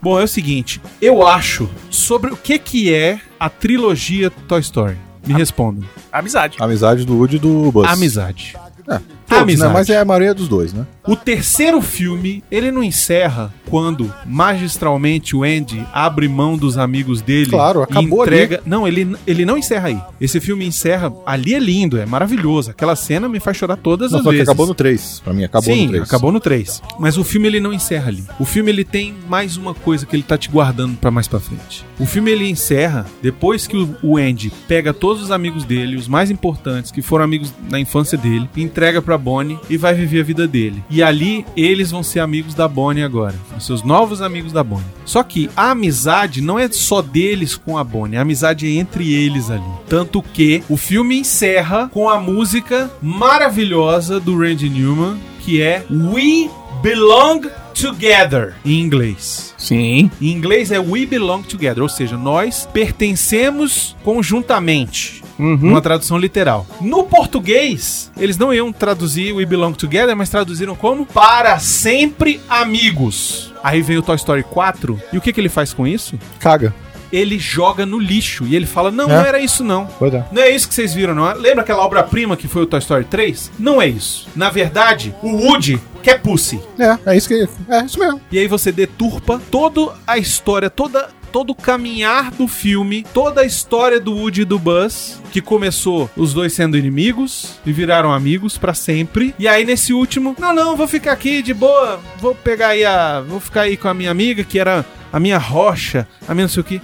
Speaker 3: Bom, é o seguinte, eu acho sobre o que que é a trilogia Toy Story. Me respondam.
Speaker 2: Amizade.
Speaker 4: Amizade do Woody e do Buzz.
Speaker 3: Amizade.
Speaker 4: Todos, né?
Speaker 3: Amizade.
Speaker 4: Mas é a maioria dos dois, né?
Speaker 3: O terceiro filme, ele não encerra quando magistralmente o Andy abre mão dos amigos dele.
Speaker 4: Claro, acabou
Speaker 3: e entrega. Não, ele, ele não encerra aí. Esse filme encerra. Ali é lindo, é maravilhoso. Aquela cena me faz chorar todas
Speaker 4: Não,
Speaker 3: as
Speaker 4: só que
Speaker 3: vezes.
Speaker 4: acabou no 3. Pra mim, acabou
Speaker 3: Sim,
Speaker 4: no 3.
Speaker 3: acabou no 3. Mas o filme ele não encerra ali. O filme ele tem mais uma coisa que ele tá te guardando pra mais pra frente. O filme ele encerra depois que o- o Andy pega todos os amigos dele, os mais importantes que foram amigos na infância dele, entrega pra Bonnie e vai viver a vida dele. E ali eles vão ser amigos da Bonnie agora, os seus novos amigos da Bonnie. Só que a amizade não é só deles com a Bonnie, a amizade é entre eles ali. Tanto que o filme encerra com a música maravilhosa do Randy Newman, que é We Belong Together em inglês.
Speaker 2: Sim.
Speaker 3: Em inglês é We Belong Together, ou seja, nós pertencemos conjuntamente.
Speaker 2: Uhum.
Speaker 3: Uma tradução literal. No português, eles não iam traduzir We Belong Together, mas traduziram como Para Sempre Amigos. Aí vem o Toy Story 4, e o que, que ele faz com isso?
Speaker 4: Caga.
Speaker 3: Ele joga no lixo e ele fala: Não,
Speaker 4: É.
Speaker 3: não era isso, não.
Speaker 4: Pois é.
Speaker 3: Não é isso que vocês viram, não é? Lembra aquela obra-prima que foi o Toy Story 3? Não é isso. Na verdade, o Woody quer pussy.
Speaker 4: É, é isso que. É isso mesmo.
Speaker 3: E aí você deturpa toda a história, toda todo o caminhar do filme, toda a história do Woody e do Buzz, que começou os dois sendo inimigos e viraram amigos pra sempre. E aí nesse último, não, não, vou ficar aqui de boa, vou pegar aí a, vou ficar aí com a minha amiga que era a minha rocha, a minha não sei o quê.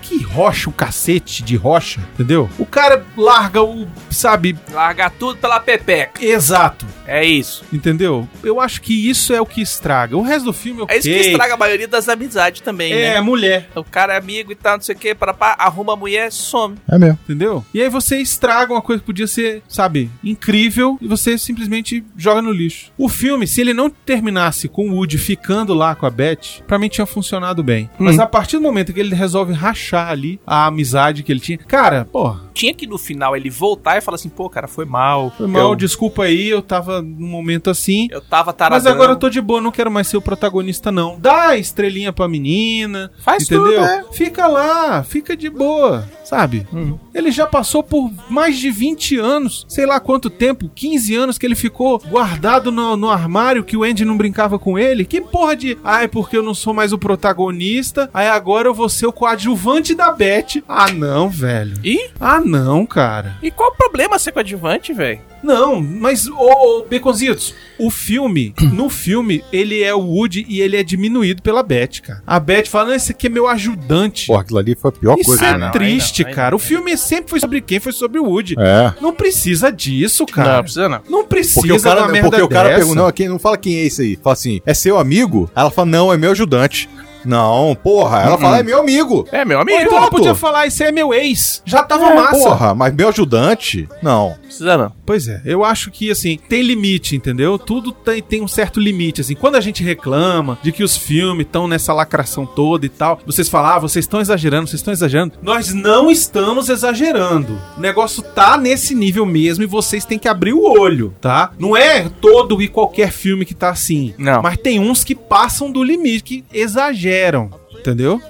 Speaker 3: Que rocha, o cacete de rocha, entendeu? O cara larga o, sabe,
Speaker 2: Largar tudo pela pepeca.
Speaker 3: exato,
Speaker 2: É isso.
Speaker 3: entendeu? Eu acho que isso é o que estraga. O resto do filme,
Speaker 2: É isso que
Speaker 3: ok.
Speaker 2: estraga a maioria das amizades também,
Speaker 3: É,
Speaker 2: né?
Speaker 3: mulher.
Speaker 2: O cara é amigo e tal, não sei o que, para pá, arruma a mulher, some.
Speaker 4: É mesmo.
Speaker 3: Entendeu? E aí você estraga uma coisa que podia ser, sabe, incrível e você simplesmente joga no lixo. O filme, se ele não terminasse com o Woody ficando lá com a Beth, pra mim tinha funcionado bem. Mas a partir do momento que ele resolve rachar ali a amizade que ele tinha. Cara, porra,
Speaker 2: Tinha que no final ele voltar e falar assim, pô, cara, foi mal.
Speaker 3: foi mal,
Speaker 2: Eu,
Speaker 3: desculpa aí, eu tava num momento assim.
Speaker 2: eu tava taradão.
Speaker 3: Mas agora eu tô de boa, não quero mais ser o protagonista, não. Dá a estrelinha pra menina,
Speaker 2: Faz
Speaker 3: entendeu?
Speaker 2: tudo, né?
Speaker 3: Fica lá, fica de boa, sabe? Ele já passou por mais de 20 anos, sei lá quanto tempo, 15 anos que ele ficou guardado no, no armário, que o Andy não brincava com ele. Que porra de. Ai, porque eu não sou mais o protagonista, aí agora eu vou ser o coadjuvante da Beth. Ah, não, velho.
Speaker 2: Ih?
Speaker 3: Ah, não, cara.
Speaker 2: E qual o problema ser coadjuvante, velho?
Speaker 3: Não, mas, ô, ô Beconzitos, o filme, no filme, ele é o Woody e ele é diminuído pela Beth, cara. A Beth fala, "Não, esse aqui é meu ajudante.
Speaker 4: Porra, aquilo ali foi a pior
Speaker 3: Isso
Speaker 4: coisa.
Speaker 3: é
Speaker 4: né?
Speaker 2: não, aí
Speaker 3: triste,
Speaker 2: não, aí
Speaker 3: cara. O filme sempre foi sobre quem? Foi sobre o Woody.
Speaker 4: É.
Speaker 3: Não precisa disso, cara.
Speaker 2: precisa não.
Speaker 3: Não precisa
Speaker 4: Porque o cara,
Speaker 3: da merda
Speaker 4: porque o cara
Speaker 3: dessa.
Speaker 4: pergunta, não, quem, não fala quem é esse aí. Fala assim, é seu amigo? Ela fala, não, é meu ajudante. Não, porra. Ela fala, é meu amigo.
Speaker 2: É, meu
Speaker 3: Ou
Speaker 2: amigo,
Speaker 3: então
Speaker 4: Exato.
Speaker 3: ela podia falar, esse é meu ex. Já tava
Speaker 4: É,
Speaker 3: massa.
Speaker 4: Porra, mas meu ajudante? Não.
Speaker 2: não precisa não.
Speaker 3: Pois é, eu acho que assim, tem limite, entendeu? Tudo tem, tem um certo limite, assim. Quando a gente reclama de que os filmes estão nessa lacração toda e tal, vocês falam, ah, vocês estão exagerando, vocês estão exagerando. Nós não estamos exagerando. O negócio tá nesse nível mesmo e vocês têm que abrir o olho, tá? Não é todo e qualquer filme que tá assim.
Speaker 2: Não.
Speaker 3: Mas tem uns que passam do limite, que exageram, entendeu?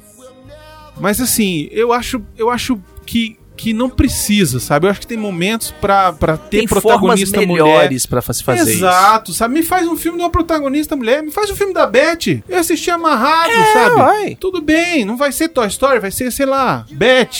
Speaker 3: Mas assim, eu acho, eu acho que, que não precisa, sabe? Eu acho que tem momentos pra, pra ter
Speaker 2: Tem formas
Speaker 3: protagonista mulher.
Speaker 2: melhores pra fa- se fazer
Speaker 3: Exato, sabe? Me faz um filme de uma protagonista mulher, me faz um filme da Beth. Eu assisti amarrado,
Speaker 2: isso.
Speaker 3: sabe?
Speaker 2: É, vai.
Speaker 3: Tudo bem, não vai ser Toy Story, vai ser, sei lá, Beth,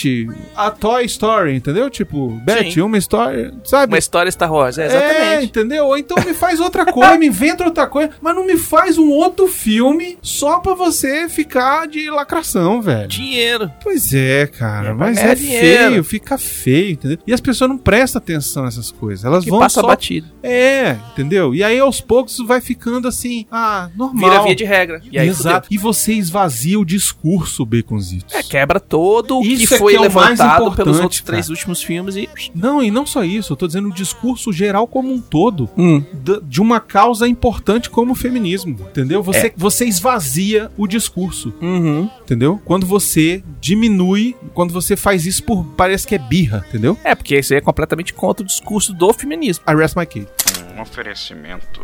Speaker 3: a Toy Story, entendeu? Tipo, Beth,
Speaker 2: Sim.
Speaker 3: uma história, sabe?
Speaker 2: Uma história Star Wars, é,
Speaker 3: É,
Speaker 2: exatamente.
Speaker 3: entendeu? Ou então me faz outra coisa, me inventa outra coisa, mas não me faz um outro filme só pra você ficar de lacração, velho.
Speaker 2: Dinheiro.
Speaker 3: Pois é, cara,
Speaker 2: É,
Speaker 3: mas
Speaker 2: é
Speaker 3: é
Speaker 2: dinheiro.
Speaker 3: feio, fica feio, entendeu? E as pessoas não prestam atenção nessas coisas, elas
Speaker 2: Que
Speaker 3: vão
Speaker 2: passa
Speaker 3: só...
Speaker 2: batido.
Speaker 3: É, entendeu? E aí aos poucos isso vai ficando assim, ah, normal.
Speaker 2: Vira via de regra. E aí
Speaker 3: Exato. E você esvazia o discurso, Baconzitos.
Speaker 2: fudeu. É, quebra todo o
Speaker 3: Isso
Speaker 2: que
Speaker 3: é
Speaker 2: foi
Speaker 3: que é o mais
Speaker 2: levantado pelos
Speaker 3: importante,
Speaker 2: outros três últimos filmes e.
Speaker 3: Não, e não só isso, eu tô dizendo o discurso geral como um todo.
Speaker 2: Hum.
Speaker 3: da- de uma causa importante como o feminismo, entendeu?
Speaker 2: É.
Speaker 3: Você, você esvazia o discurso,
Speaker 2: Uhum.
Speaker 3: entendeu? Quando você diminui, quando você faz isso por parece que é birra, entendeu?
Speaker 2: É, porque isso aí é completamente contra o discurso do feminismo.
Speaker 3: I rest my case.
Speaker 6: Um oferecimento.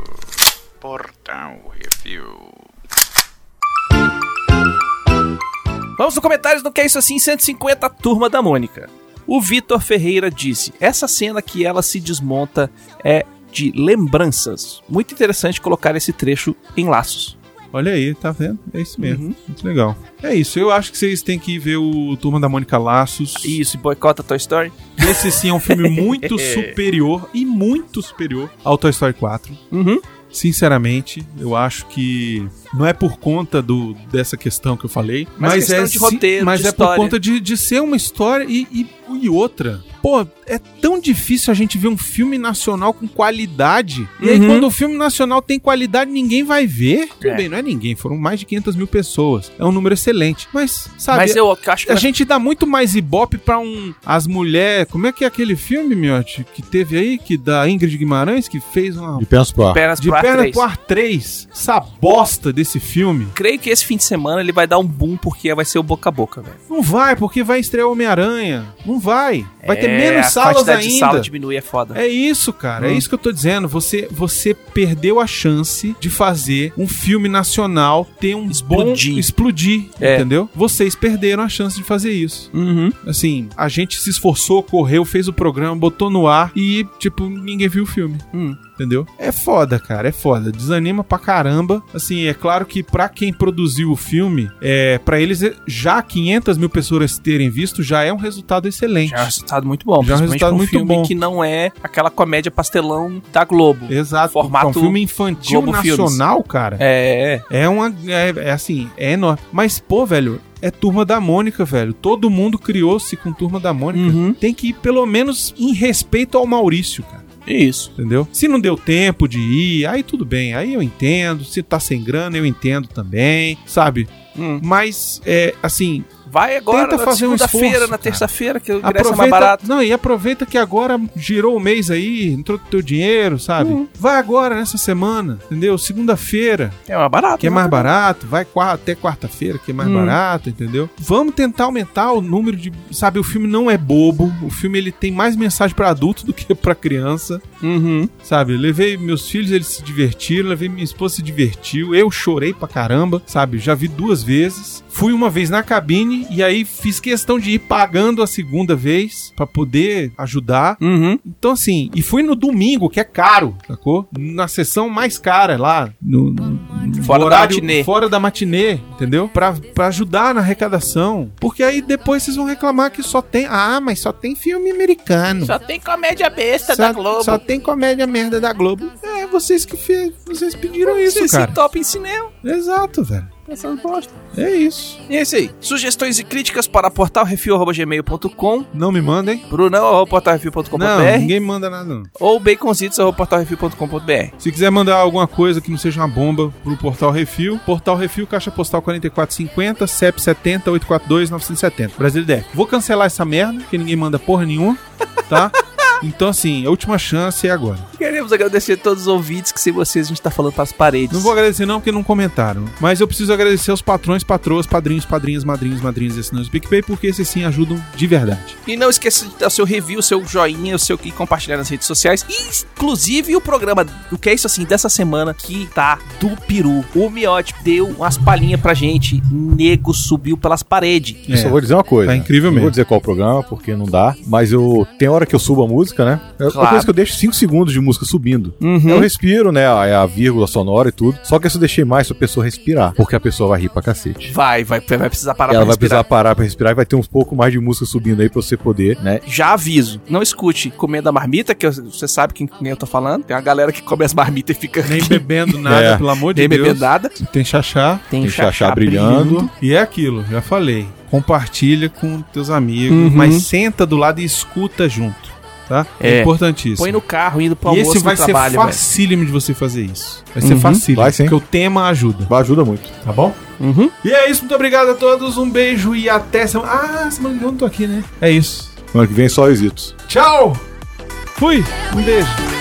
Speaker 6: Portal Review.
Speaker 2: Vamos nos comentários do que é isso assim 150 Turma da Mônica. O Vitor Ferreira disse: "Essa cena que ela se desmonta é de Lembranças. Muito interessante colocar esse trecho em laços.
Speaker 3: Olha aí, tá vendo? É isso mesmo. Muito legal. É isso, eu acho que vocês têm que ver o Turma da Mônica Laços.
Speaker 2: Isso, e boicota Toy Story.
Speaker 3: Esse sim é um filme muito superior e muito superior ao Toy Story 4.
Speaker 2: Uhum.
Speaker 3: Sinceramente, eu acho que não é por conta do, dessa questão que eu falei,
Speaker 2: Mas
Speaker 3: mas,
Speaker 2: questão
Speaker 3: é,
Speaker 2: de
Speaker 3: sim-
Speaker 2: roteiro,
Speaker 3: mas
Speaker 2: de
Speaker 3: é por
Speaker 2: história.
Speaker 3: conta de, de ser uma história e, e- e outra. Pô, é tão difícil a gente ver um filme nacional com qualidade. E aí,
Speaker 2: Uhum.
Speaker 3: quando o filme nacional tem qualidade, ninguém vai ver. Tudo
Speaker 2: É.
Speaker 3: bem, não é ninguém, foram mais de 500 mil pessoas. É um número excelente. Mas, sabe,
Speaker 2: Mas eu acho que é-
Speaker 3: a gente dá muito mais ibope pra um. As mulheres. Como é que é aquele filme, Miotti, que teve aí, que da Ingrid Guimarães, que fez uma.
Speaker 4: De pernas pro ar.
Speaker 2: pernas
Speaker 3: De
Speaker 2: pro ar
Speaker 3: perna
Speaker 2: três.
Speaker 3: pro ar 3. Essa bosta desse filme.
Speaker 2: Creio que esse fim de semana ele vai dar um boom porque vai ser o boca a boca, velho.
Speaker 3: Não vai, porque vai estrear Homem-Aranha. Não vai. Vai ter
Speaker 2: É,
Speaker 3: menos
Speaker 2: A
Speaker 3: salas
Speaker 2: quantidade
Speaker 3: ainda.
Speaker 2: de sala diminuir é foda.
Speaker 3: É isso, cara. É
Speaker 2: Hum.
Speaker 3: isso que eu tô dizendo. Você, você perdeu a chance de fazer um filme nacional ter um
Speaker 2: Explodir.
Speaker 3: bom explodir,
Speaker 2: É.
Speaker 3: entendeu? Vocês perderam a chance de fazer isso.
Speaker 2: Uhum.
Speaker 3: Assim, a gente se esforçou, correu, fez o programa, botou no ar e, tipo, ninguém viu o filme.
Speaker 2: Hum.
Speaker 3: Entendeu? É foda, cara, é foda. Desanima pra caramba. Assim, é claro que pra quem produziu o filme, é para eles, é- já 500 mil pessoas terem visto, já é um resultado excelente.
Speaker 2: Já é um resultado muito bom.
Speaker 3: Já é um
Speaker 2: principalmente
Speaker 3: resultado
Speaker 2: pra um
Speaker 3: muito
Speaker 2: filme
Speaker 3: bom.
Speaker 2: que não é aquela comédia pastelão da Globo.
Speaker 3: Exato.
Speaker 2: Formato
Speaker 3: É um filme infantil
Speaker 2: Globo Filmes.
Speaker 3: nacional, cara.
Speaker 2: É, é.
Speaker 3: É uma. É, é assim, é enorme. Mas, pô, velho, é turma da Mônica, velho. Todo mundo criou-se com turma da Mônica.
Speaker 2: Uhum.
Speaker 3: Tem que ir, pelo menos, em respeito ao Maurício, cara.
Speaker 2: Isso.
Speaker 3: Entendeu? Se não deu tempo de ir, aí tudo bem, aí eu entendo. Se tá sem grana, eu entendo também, sabe?
Speaker 2: Hum.
Speaker 3: Mas, é, assim,
Speaker 2: Vai agora
Speaker 3: Tenta
Speaker 2: na
Speaker 3: fazer um
Speaker 2: segunda-feira,
Speaker 3: esforço,
Speaker 2: na
Speaker 3: cara.
Speaker 2: terça-feira, que o ingresso é mais
Speaker 3: aproveita.
Speaker 2: barato.
Speaker 3: Não, e aproveita que agora girou o mês aí, entrou teu dinheiro, sabe?
Speaker 2: Uhum.
Speaker 3: Vai agora, nessa semana, entendeu? Segunda-feira,
Speaker 2: É mais barato.
Speaker 3: que é
Speaker 2: né?
Speaker 3: mais barato, vai qua- até quarta-feira, que é mais
Speaker 2: Hum.
Speaker 3: barato, entendeu? Vamos tentar aumentar o número de, sabe, o filme não é bobo, o filme ele tem mais mensagem pra adulto do que pra criança,
Speaker 2: Uhum.
Speaker 3: sabe? Levei meus filhos, eles se divertiram, levei minha esposa se divertiu, eu chorei pra caramba, sabe? Já vi duas vezes. Fui uma vez na cabine e aí fiz questão de ir pagando a segunda vez pra poder ajudar.
Speaker 2: Uhum.
Speaker 3: Então, assim, e fui no domingo, que é caro, sacou? Na sessão mais cara lá, no, no-
Speaker 2: Fora
Speaker 3: no
Speaker 2: da matinê.
Speaker 3: Fora da matinê, entendeu? Pra, pra ajudar na arrecadação. Porque aí depois vocês vão reclamar que só tem. Ah, mas só tem filme americano.
Speaker 2: Só tem comédia besta
Speaker 3: Só- só tem comédia merda da Globo. É, vocês que fez, vocês pediram isso,
Speaker 2: Isso,
Speaker 3: cara.
Speaker 2: se topa em cinema.
Speaker 3: Exato, velho. É isso.
Speaker 2: E é isso aí. Sugestões e críticas para portalrefil.gmail.com,
Speaker 3: Não me mandem. Não,
Speaker 2: brunão.portalrefil.com.br
Speaker 3: ninguém me manda nada, não.
Speaker 2: ou baconzitos.portalrefil.com.br.
Speaker 3: Se quiser mandar alguma coisa que não seja uma bomba pro Portal Refil, Portal Refil, Caixa Postal 4450, CEP 70 842 970. Brasil DF. Vou cancelar essa merda, porque ninguém manda porra nenhuma, tá? Então, assim, a última chance é agora.
Speaker 2: Queremos agradecer a todos os ouvintes que sem vocês a gente tá falando pras paredes.
Speaker 3: Não vou agradecer não, porque não comentaram. Mas eu preciso agradecer aos patrões, patroas, padrinhos, padrinhas, madrinhas, madrinhas e assinantes do PicPay, porque esses sim ajudam de verdade.
Speaker 2: E não esqueça de dar o seu review, o seu joinha, o seu que compartilhar nas redes sociais. Inclusive o programa, o que é isso assim, dessa semana, que tá do peru. O Miote deu umas palhinhas pra gente. Nego subiu pelas paredes.
Speaker 4: Eu só vou dizer uma coisa.
Speaker 3: Tá incrível
Speaker 4: Não
Speaker 3: mesmo.
Speaker 4: vou dizer qual programa, porque não dá. Mas eu. Tem hora que eu subo a música, né? É uma
Speaker 2: Claro.
Speaker 4: coisa que eu deixo 5 segundos de música subindo. Eu
Speaker 2: Uhum.
Speaker 4: respiro, né? A, a vírgula sonora e tudo. Só que eu só deixei mais pra pessoa respirar. Porque a pessoa vai rir pra cacete.
Speaker 2: Vai, vai, vai precisar parar
Speaker 4: Ela
Speaker 2: pra
Speaker 4: vai
Speaker 2: respirar.
Speaker 4: precisar parar pra respirar e vai ter um pouco mais de música subindo aí pra você poder, né?
Speaker 2: Já aviso, não escute comendo a marmita, que eu- você sabe quem quem eu tô falando. Tem uma galera que come as marmitas e fica
Speaker 3: Nem bebendo nada,
Speaker 4: É.
Speaker 3: pelo amor de
Speaker 2: nem
Speaker 3: Deus.
Speaker 2: bebendo nada.
Speaker 3: Tem chachá.
Speaker 4: Tem chachá brilhando.
Speaker 3: E é aquilo, já falei. Compartilha com teus amigos,
Speaker 2: Uhum.
Speaker 3: mas senta do lado e escuta junto, tá? É,
Speaker 2: É.
Speaker 3: importantíssimo.
Speaker 2: Põe no carro indo pro
Speaker 3: e
Speaker 2: almoço
Speaker 3: esse vai
Speaker 2: no
Speaker 3: ser
Speaker 2: trabalho, velho.
Speaker 3: facílimo de você fazer isso. Vai ser
Speaker 2: Uhum.
Speaker 3: facílimo,
Speaker 4: Vai sim.
Speaker 3: porque o tema ajuda,
Speaker 4: Ajuda muito.
Speaker 3: tá bom?
Speaker 2: Uhum.
Speaker 3: E é isso, muito obrigado a todos, um beijo e até semana... Ah, semana que vem eu não tô aqui, né? É isso.
Speaker 4: Ano que vem só os itos.
Speaker 3: Tchau! Fui! Um beijo!